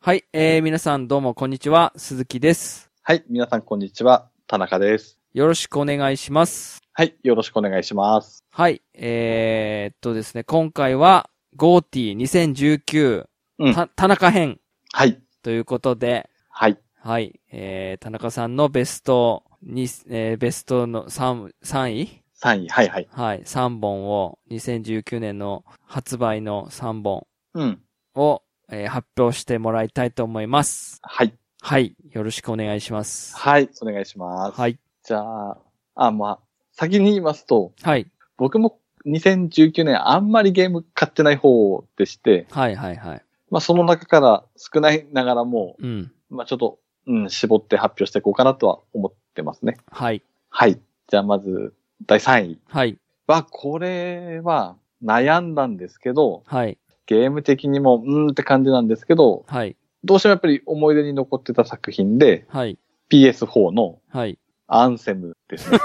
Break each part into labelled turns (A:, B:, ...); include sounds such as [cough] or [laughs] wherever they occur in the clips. A: はい、えー、皆さんどうもこんにちは、鈴木です。
B: はい、皆さんこんにちは。田中です。
A: よろしくお願いします。
B: はい、よろしくお願いします。
A: はい、えー、っとですね、今回は GOTY2019、
B: うん
A: た田中編
B: はい、
A: ということで、
B: はい、
A: はい、えー、田中さんのベストに、えー、ベストの3、3位
B: 3位、はい、はい。
A: はい、3本を、2019年の発売の3本
B: うん、
A: を、えー発表してもらいたいと思います。
B: はい、
A: はい、よろしくお願いします。
B: はい、お願いします。
A: はい、
B: じゃあ、あ、まあ、先に言いますと、
A: はい、
B: 僕も2019年あんまりゲーム買ってない方でして、
A: はい、はい、はい。
B: まあその中から少ないながらも、
A: うん、
B: まあちょっと、うん、絞って発表していこうかなとは思ってますね。
A: はい、
B: はい。じゃあまず、第3位
A: はい、
B: は、これは悩んだんですけど、
A: はい、
B: ゲーム的にも、うーんって感じなんですけど、
A: はい、
B: どうしてもやっぱり思い出に残ってた作品で、
A: はい、
B: PS4 の
A: はい。 [laughs]
B: アンセムですね。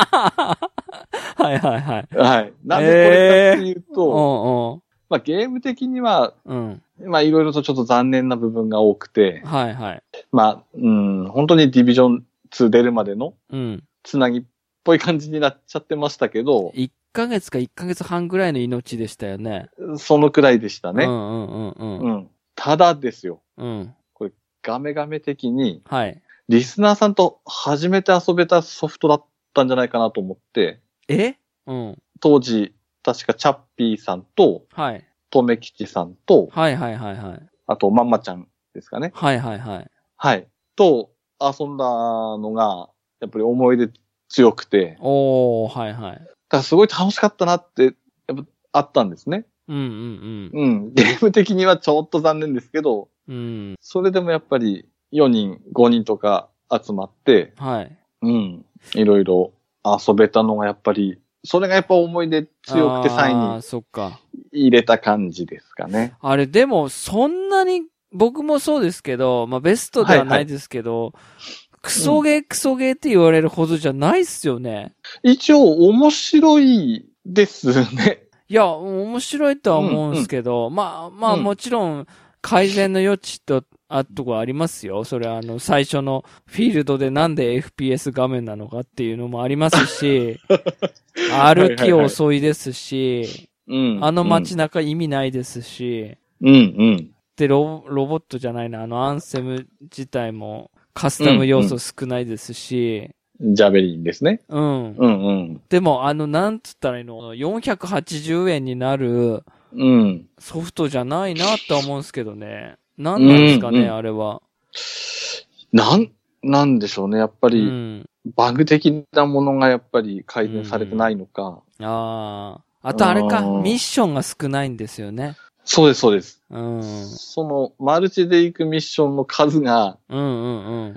A: はい、はい、はい。
B: はい。なんでこれかっていう
A: う
B: と、
A: ん、
B: まあゲーム的には、
A: うん、うん。
B: まあいろいろとちょっと残念な部分が多くて、
A: はい、はい。
B: まあ、うん、本当にディビジョン2出るまでの
A: うん。
B: つなぎっぽい感じになっちゃってましたけど、
A: 1ヶ月か1ヶ月半ぐらいの命でしたよね。
B: そのくらいでした
A: う
B: ね。
A: ん、うん、うん、
B: う。
A: うん
B: ただですよ、
A: ん。うん。
B: ガメガメ的に、
A: はい。
B: リスナーさんと初めて遊べたソフトだったんじゃないかなと思って、
A: えうん。
B: 当時、確かチャッピーさんと、
A: はい。
B: とめきちさんと、
A: はい、はい、はい、はい。
B: あと、まんまちゃんですかね。
A: はい、はい、はい。
B: はい。と、遊んだのが、やっぱり思い出強くて、
A: おー、はい、はい。
B: だからすごい楽しかったなって、やっぱあったんですね。
A: うん、うん、
B: うん。ゲーム的にはちょっと残念ですけど、
A: うん。うん。
B: それでもやっぱり4人、5人とか集まって、
A: はい。
B: うん。いろいろ遊べたのがやっぱり、それがやっぱ思い出強くて
A: あ
B: 3位
A: ーそっか。
B: に入れた感じですかね。
A: あれ、でも、そんなに、僕もそうですけど、まあ、ベストでは
B: は
A: ない
B: はい
A: いですけど、クソゲー、クソゲーって言われるほどじゃないっすよね。
B: 一応面白いですね。
A: いや、面白いとは思うんですけど、まあ、まあ、
B: うん
A: もちろん、改善の余地と、あ、とこありますよ。それは、あの、最初のフィールドでなんで FPS 画面なのかっていうのもあります [laughs] し、歩き遅いですし、
B: うん
A: あの街中意味ないですし、
B: うんうん。
A: でロロボットじゃないな、あのアンセム自体もカスタム要素少ないですし、
B: ジャベリンですね。
A: うん。
B: うんうん。
A: でも、あの、なんつったらいいの、480円になる
B: うん。
A: ソフトじゃないなって思うんですけどね。なんなんですかね、
B: うんうん
A: あれは。
B: なん、なんでしょうね。やっぱ
A: う
B: り、
A: ん。
B: バグ的なものがやっぱり改善されてないのか。
A: ああ。あとあれか、
B: うん
A: ミッションが少ないんですよね。
B: そうです、そうです。
A: うん。うん
B: その、マルチで行くミッションの数が、
A: うんうん。
B: うん、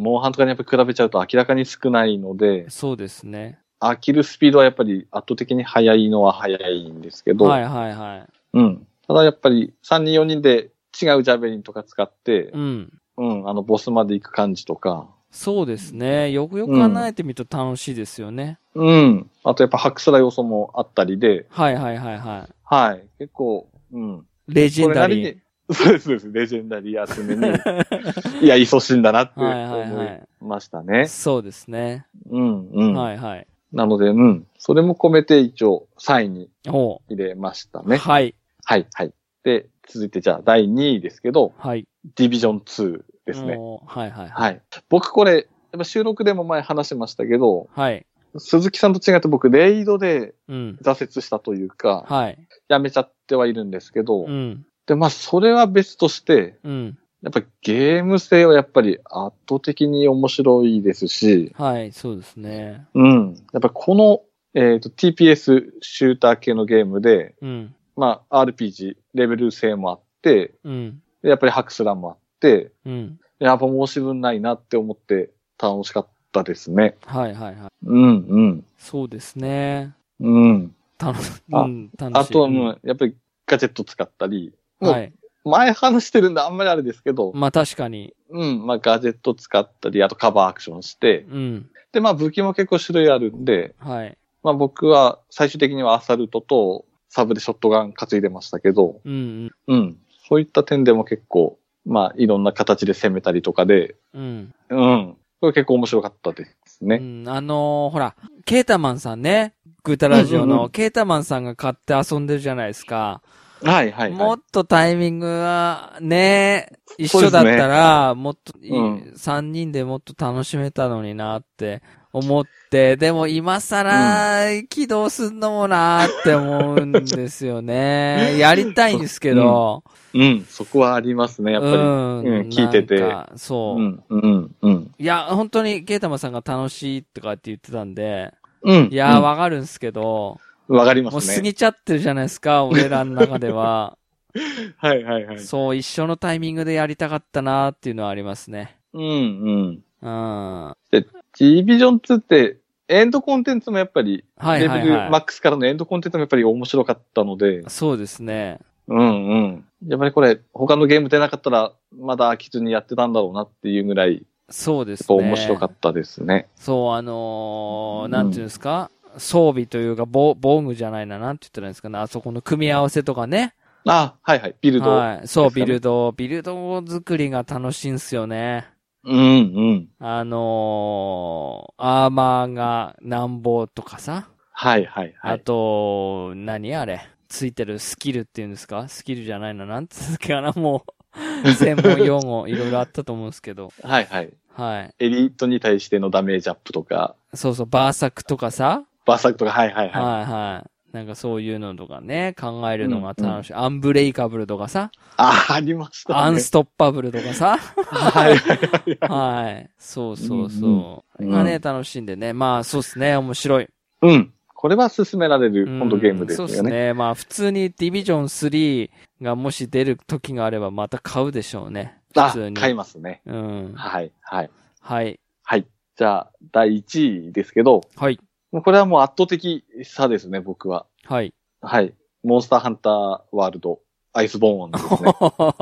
B: モンハンとかにやっぱ比べちゃうと明らかに少ないので、
A: そうですね。
B: 飽きるスピードはやっぱり圧倒的に速いのは速いんですけど、
A: はいはいは
B: うん。ただやっぱり3人4人で違うジャベリンとか使って
A: い。う、ん。
B: うん、あのボスまで行く感じとか、
A: そうですね。よくよく考えてみると楽しいですよね。
B: うん。あとやっぱハクスラ要素もあったりで、
A: はいはいはいはい。
B: はい。結構、うん。
A: レジェンダリー。
B: ー。 [laughs] そうです、そうです。レジェンダリー集めに、
A: [laughs]
B: いや、いそしんだなって
A: はいはい
B: 思
A: はいい。
B: ましたね。
A: そうですね。
B: うん、うん。
A: はいはい。
B: なので、うん。それも込めて一応3位に
A: お
B: 入れました
A: う。
B: ね。
A: はい。
B: はい、はい。で、続いてじゃあ第2位ですけど、
A: はい。
B: ディビジョン2ですね。
A: おうはいはい。
B: はい。僕これ、やっぱ収録でも前話しましたけど、
A: はい。
B: 鈴木さんと違って僕、レイドで
A: うん。
B: 挫折したというか、
A: はい。
B: やめちゃってはいるんですけど、
A: うん。
B: で、まあ、それは別として、
A: うん。
B: やっぱゲーム性はやっぱり圧倒的に面白いですし、
A: はい。そうですね。
B: うん。やっぱこの、えっ、と、TPS シューター系のゲームで、
A: うん。
B: まあ、RPG、レベル性もあって、
A: うん。
B: でやっぱりハクスラもあって、
A: うん。
B: やっぱ申し分ないなって思って楽しかったですね。
A: はいはいはい。
B: うん、うん。
A: そうですね。
B: うん。
A: 楽
B: あ
A: うん、楽しい。
B: あとはもう、やっぱりガジェット使ったり、
A: うん
B: もう
A: はい。
B: 前話してるんであんまりあれですけど、
A: まあ確かに。
B: うん、まあガジェット使ったり、あとカバーアクションして、
A: うん。
B: で、まあ武器も結構種類あるんで、
A: はい。
B: まあ僕は最終的にはアサルトとサブでショットガン担いでましたけど、
A: うんうん。
B: うん、そういった点でも結構まあ、いろんな形で攻めたりとかで、
A: うん。
B: うん。これ結構面白かったです
A: う
B: ね。
A: ん、あのーほら、ケータマンさんね、グータラジオ
B: うんうんう
A: のケータマンさんが買って遊んでるじゃないですか。
B: はいはい、
A: も
B: は
A: っとタイミングがね、一
B: そうで
A: 緒
B: す
A: だっ
B: ね
A: たら、もっといい、
B: うん
A: 3人でもっと楽しめたのになって思って、でも今更起動すんのもなって思うんですよ
B: [laughs]
A: ね。やりたいんですけど。
B: い。うん。そこはありますね、やっぱり。
A: うん
B: うん聞いてて
A: なんかそうう。
B: ん、うん、うん。
A: いや、本当に、ケータマさんが楽しいとかって言ってたんで、
B: うん。
A: いや、
B: うん
A: わかるんすけど、
B: わかりま
A: もう
B: す
A: 過
B: ね。
A: ぎちゃってるじゃないですか、俺らの中では。
B: はいはいはい。
A: そう、一緒のタイミングでやりたかったなっていうのはありますね。
B: うん、うん。
A: うん。は
B: G ビジョン2って、エンドコンテンツもやっぱり、
A: いはい
B: レベルマ
A: は
B: ックスからのエンドコンテンツもやっぱり面白かったの
A: い。、
B: で
A: そうですね。
B: うんうん。やっぱりこれ、他のゲーム出なかったら、まだ飽きずにやってたんだろうなっていうぐらい、やっ
A: そうです
B: ぱ
A: ね。
B: 面白かったですね。
A: そう、あのー
B: うん
A: なんていうんですか、装備というか、防防具じゃないな、なんて言ったらいいんですかね。あそこの組み合わせとかね。
B: あ、はいはい、ビルド。
A: はい。そう、
B: ですか
A: ビ
B: ね
A: ルド、ビルド作りが楽しいんすよね。
B: うんうん。
A: あのーアーマーがなんぼとかさ。
B: はいはいは
A: あ
B: い。
A: と、何あれついてるスキルっていうんですかスキルじゃないな。なんつうかなも
B: [laughs]
A: う、専門用語いろいろあったと思うんですけど。
B: はいはい。
A: はい。
B: エリートに対してのダメージアップとか、
A: そうそう、バーサクとかさ。
B: バーサークとか、はいはいはい。
A: はいはい。なんかそういうのとかね、考えるのが楽しい。アンブレイカブルとかさ。
B: あ、ありましたね。
A: アンストッパブルとか
B: [laughs]
A: さ。
B: はいはい
A: [laughs]
B: はいはい。
A: はい。そうそうそう。
B: うんうん
A: 今ね、楽しいんでね。まあ、そうっすね。面白い。
B: うん。これは進められる、今度ゲームです
A: うんそう
B: よ
A: です
B: ね。
A: ね。まあ普通にディビジョン3がもし出る時があればまた買うでしょうね。普
B: あ
A: 通、に。
B: 買いますね。
A: うん。
B: はいはい。
A: はい。
B: はい。じゃあ、第1位ですけど、
A: はい。
B: もうこれはもう圧倒的差ですね、僕は。
A: はい。。
B: はい。モンスターハンターワールド、アイスボーンですね
A: [laughs] はは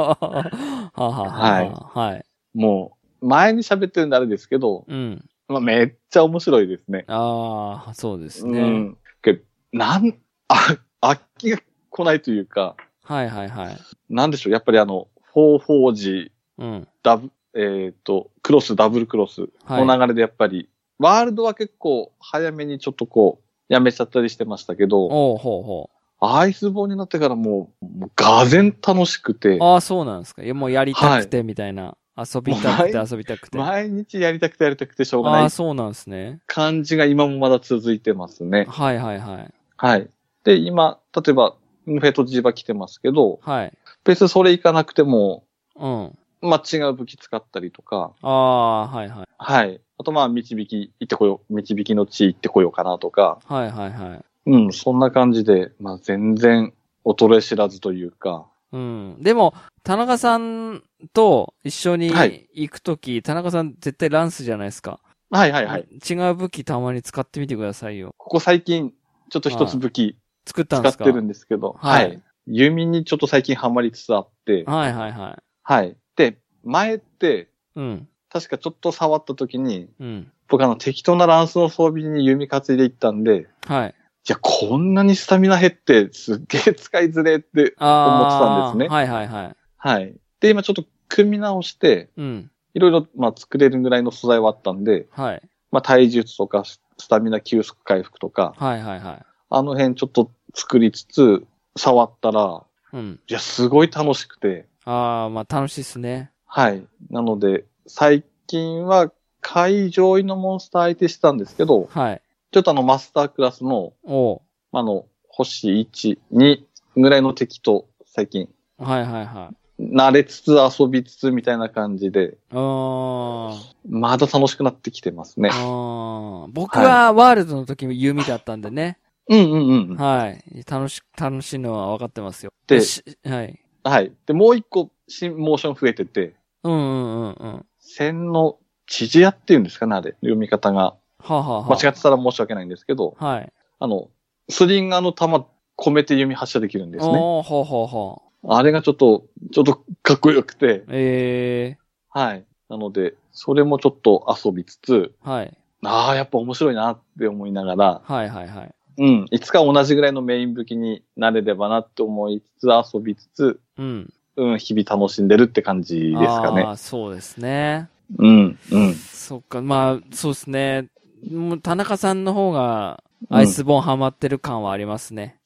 A: はは。はい。
B: もう、前に喋ってるんであれですけど、
A: うん。
B: まあ、めっちゃ面白いですね。
A: ああ、そうです
B: う
A: ね。
B: ん。けなん、あ、飽きが来ないというか、
A: はいはいはい。
B: なんでしょう、やっぱりあの、44時、
A: うん。
B: ダブ、えっ、と、クロス、ダブルクロス
A: はい。
B: の流れでやっぱり、ワールドは結構早めにちょっとこう、やめちゃったりしてましたけど、
A: おうほうほ
B: アイスボーンになってからもう、もうがぜん楽しくて
A: う。、ああ、そうなんですか。いや、もうやりたくてみたいな。遊びたくて
B: 前
A: 遊びたくて。あ
B: 毎日やりたくてやりたくてしょうがな
A: あー、
B: い
A: そうなんですね。
B: 感じが今もまだ続いてますね。
A: はいはいはい。
B: はい。で、今、例えば、フェトジーバ来てますけど、
A: はい。
B: 別にそれ行かなくても、
A: うん。
B: まあ、違う武器使ったりとか、
A: ああ、はいはい。
B: はい。あと、まあ、導き、行ってこよう、導きの地行ってこようかなとか、
A: はいはいはい。
B: うん、そんな感じで、まあ、全然、衰え知らずというか、
A: うん。でも、田中さんと一緒に
B: はい
A: 行くとき、田中さん絶対ランスじゃないですか。
B: はいはいはい。
A: 違う武器たまに使ってみてくださいよ。
B: ここ最近、ちょっと一つ武器
A: 作ったん
B: 使
A: で
B: っ
A: すか
B: てるんですけど、
A: は
B: はいい。弓にちょっと最近ハマりつつあって、
A: はいはいはい。
B: はい。で、前って、
A: うん。
B: 確かちょっと触った時に、
A: うん。
B: 僕あの適当なランスの装備に弓担いでいったんで、
A: はい。
B: いや、こんなにスタミナ減ってすっげえ使いづれえって、
A: ああ。
B: 思ってたんですね
A: はいはいはい。
B: はい。で、今ちょっと組み直して、
A: うん。
B: いろいろ、まあ、作れるぐらいの素材はあったんで、
A: はい。
B: まあ、体術とか、ススタミナ休息回復とか、
A: はいはいは
B: あの辺ちょっと作りつつ、触ったら、
A: い。うん。
B: いや、すごい楽しくて、
A: ああ、まあ楽しいっすね。
B: はい。なので、最近は、会上位のモンスター相手してたんですけど、
A: はい。
B: ちょっとあの、マスタークラスの、
A: おう
B: あの、星1、2ぐらいの敵と、最近、
A: はいはいはい。
B: 慣れつつ遊びつつみたいな感じで、
A: うーん。う
B: まだ楽しくなってきてますね。
A: ーん。僕はワールドの時も弓だったんでね。
B: うんうんうん。は
A: はい。楽し、楽しいのは分かってますよ。
B: で
A: しはい。
B: い。で、もう一個、新モーション増えてて、
A: うんうんうんうん。は
B: 線の縮屋っていうんですかね、あれ。読み方が。
A: あ、はあは
B: 間違ってたら申し訳ないんですけど、
A: あ、はい。
B: あの、スリンガーの弾、込めて弓発射できるんですね。
A: おー、ほうほうほう。
B: あれがちょっと、ちょっとかっこよくて、
A: え
B: はい。なので、それもちょっと遊びつつ、
A: ー、はい。
B: ああ、やっぱ面白いなって思いながら、
A: はいはいはい。
B: うん、いつか同じぐらいのメイン武器になれればなって思いつつ、遊びつつ、
A: うん。
B: うん、日々楽しんでるって感じですかね。
A: ああ、そうですね。
B: うん、うん。
A: そっか、まあ、そうですね。もう田中さんの方が、アイスボーンハマってる感はありますね。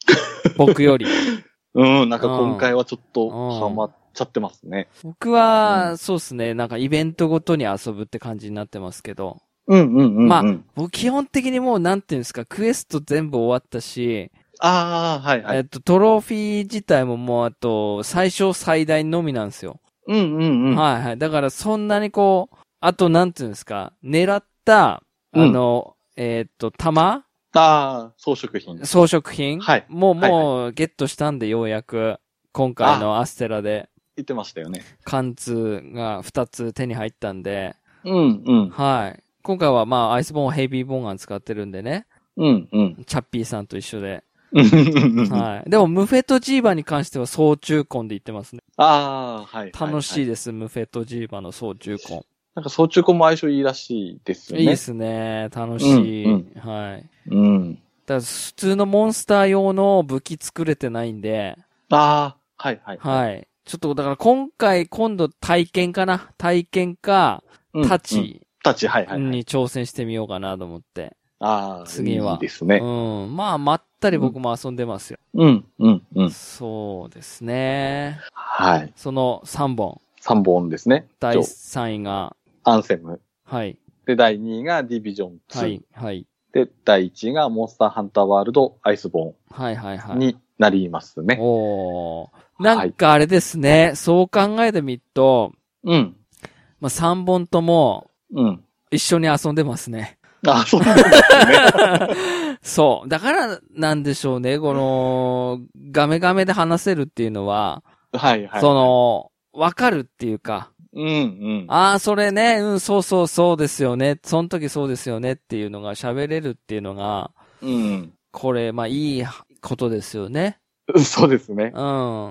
A: [laughs] 僕より。
B: うん、なんか今回はちょっと
A: うん
B: ハマっちゃってますね。
A: 僕
B: う
A: は、そうですね、なんかイベントごとに遊ぶって感じになってますけど、
B: うん、うん、うん。
A: まあ
B: うん
A: 僕基本的にもうなんていうんですか、クエスト全部終わったし、
B: ああ、はい、は
A: え
B: い。
A: っと、トロフィー自体ももうあと、最小最大のみなんですよ。
B: うん、うん、うん。
A: はいはい。だからそんなにこう、あとなんていうんですか、狙った、あの、えっと、玉
B: ああ、装飾品。
A: 装飾品
B: はい
A: もう、
B: はいはい
A: もう、ゲットしたんで、ようやく、今回のアステラで、
B: 言ってましたよね。
A: 貫通が2つ手に入ったんで、
B: うん、うん、
A: はい。今回はまあ、アイスボーン、ヘビーボーンガン使ってるんでね。
B: うん、うん。
A: チャッピーさんと一緒で。
B: うんうんうんあ
A: はい。でも、ムフェとジーバに関しては総中根で言ってますね。
B: [laughs] あー、はい。
A: 楽しい
B: はは
A: です、ムフェとジーバの総中根。
B: なんか、総中古も相性いいらしいですよね。
A: いいですね。楽しい。
B: うん
A: はい。
B: うん。
A: ただ普通のモンスター用の武器作れてないんで、
B: ああ、はい、はい。い。
A: はい。ちょっと、だから今回、今度体験かな体験か、
B: うん
A: タ
B: うん
A: チ
B: 立ち、はい、はいはい。
A: に挑戦してみようかなと思って。
B: ああ、
A: 次はい
B: いですね。
A: うん。まあ、まったり僕も遊んでますよ。
B: うん、うん、うん。
A: そうですね。
B: はい。
A: その3本。
B: 3本ですね。
A: 第
B: 今日
A: 3位が、
B: アンセム。
A: はい、
B: で、第2位がディビジョン2。
A: はい、はい、
B: で、第1位がモンスターハンターワールドアイスボ
A: はい、はい、は
B: ーン
A: い。
B: になりますね。
A: おーなんかあれですね、そう考えてみると、
B: うん。
A: まあ、3本とも
B: うん。
A: 一緒に遊んでますね。
B: あ、 [laughs] そうなんですね。
A: そう。だからなんでしょうね、この、ガメガメで話せるっていうのは、
B: はいはい。
A: そ、の、わかるっていうか、
B: うんうん。
A: ああ、それね、うん、そうそうそうですよね、その時そうですよねっていうのが喋れるっていうのが、
B: うん。
A: これ、まあいいことですよね。
B: そうですね。
A: うん。
B: う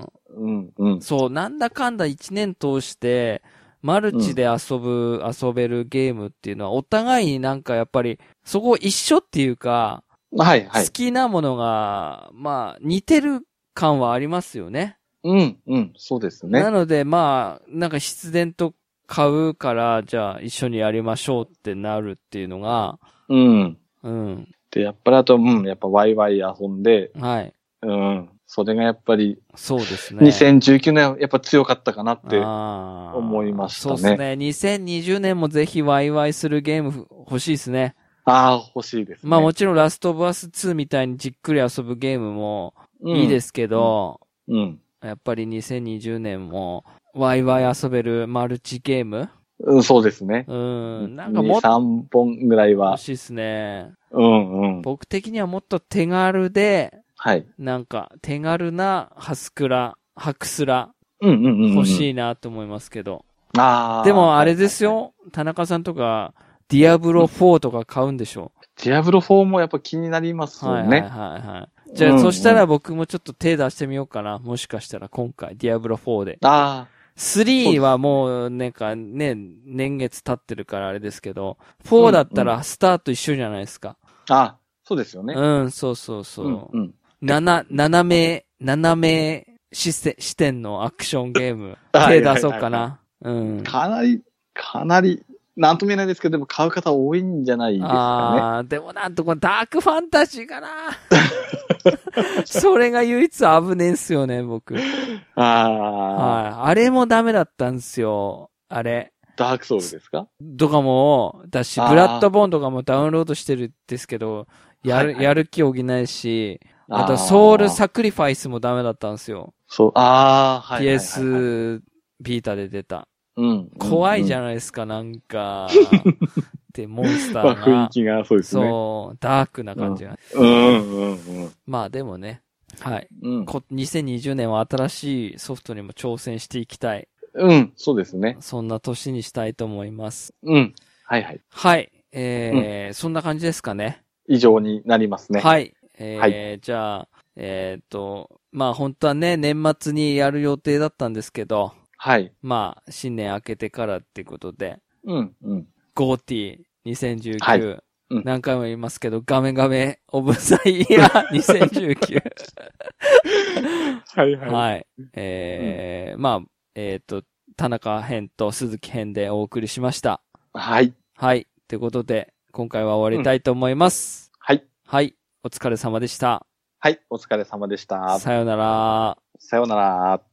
B: んうん。
A: そう、なんだかんだ一年通して、マルチで遊ぶ、遊べるゲームっていうのは、お互いになんかやっぱり、そこ一緒っていうか、
B: はいはい
A: 好。きなものが、まあ、似てる感はありますよね。
B: うんうん。そうです
A: な
B: ね。
A: ので、まあ、なんか必然と買うから、じゃあ一緒にやりましょうってなるっていうのが、
B: うん。
A: うん、
B: で、やっぱりあと、うん、やっぱワイワイ遊んで、
A: はい。
B: うん。それがやっぱり、
A: そうですね。
B: 2019年はやっぱ強かったかなって。
A: 思
B: 思いました
A: そ
B: ね
A: うですね。2020年もぜひワイワイするゲーム欲しいですね。
B: ああ、欲しいですね。
A: まあもちろんラストオブアス2みたいにじっくり遊ぶゲームも
B: うん
A: いいですけど、
B: うん。
A: やっぱり2020年もワイワイ遊べるマルチゲーム
B: うん、そうですね。
A: うん、なんか
B: 二
A: もっと
B: 3本ぐらいは
A: 欲。しいですね。
B: うんうん。
A: 僕的にはもっと手軽で、
B: はい。
A: なんか手軽なハスクラ、ハクスラ
B: うんうんうん。
A: 欲し
B: い。
A: いなと思いますけど。
B: ああ。
A: でもあれですよ、田中さんとか、ディアブロ4とか買うんでしょ
B: ディアブロ4もやっぱ気になります
A: は
B: よ
A: いはい
B: ね。
A: はいはい。じゃあ、
B: うん
A: そしたら僕もちょっと手出してみようかな。もしかしたら今回、ディアブロ4で。
B: あ
A: 3はもう、なんかね、年月経ってるからあれですけど、4だったらスタート一緒じゃないですか。
B: あ。ああ、そうですよ
A: う
B: ね。
A: ん、そうそう
B: う
A: そ
B: ん
A: う。
B: うん。
A: 七、七名、七名視線視点のアクションゲーム、
B: [laughs] は
A: 手
B: い
A: 出そうかな。うん。
B: かなり、かなり、なんとも言えないですけど、でも買う方多いんじゃないですか
A: あー、でもなんとこのダークファンタジーかな [laughs] それが唯一危ねえんすよね、僕。
B: ね。ああ、
A: はい。あれもダメだったんですよ。あれ。
B: ダークソウルですか
A: とかも、だし、
B: あー
A: ブラッドボーンとかもダウンロードしてるんですけど、やる、
B: はいはい
A: やる気起きないし、あと、ソウルサクリファイスもダメだったんですよ。
B: そう、ああ、はいはいはいはい。
A: PS ビータで出た。
B: うん。
A: 怖いじゃ
B: ん。
A: ないですか、なん
B: [laughs]
A: か。で、モンスタ
B: まあ
A: ー
B: 雰囲
A: が。
B: 気がそうですね。
A: そう、ダークな感じが。
B: うんうんうん
A: まあでもね、はい。
B: うん。
A: こ2020年は新しいソフトにも挑戦していきたい。
B: うん、そうですね。
A: そんな年にしたいと思います。
B: うん。はいはい。
A: はい。えーそんな感じですかね。
B: 以上になりますね。い。
A: はい。えー
B: は
A: じゃあ、えっ、と、まあ本当はね、年末にやる予定だったんですけど、
B: はい。
A: まあ新年明けてからってことで、
B: うんうん。
A: GOTY2019、
B: はいうん
A: 何回も言いますけど、ガメガメオブザイヤー2019。
B: はいはい。はい。
A: はい。えーまあ、えっ、と、田中編と鈴木編でお送りしました。
B: はい。
A: はい。ということで、今回は終わりたいと思います。
B: はい。
A: はい。お疲れ様でした。
B: お疲れ様でした。
A: さようなら。
B: さようなら。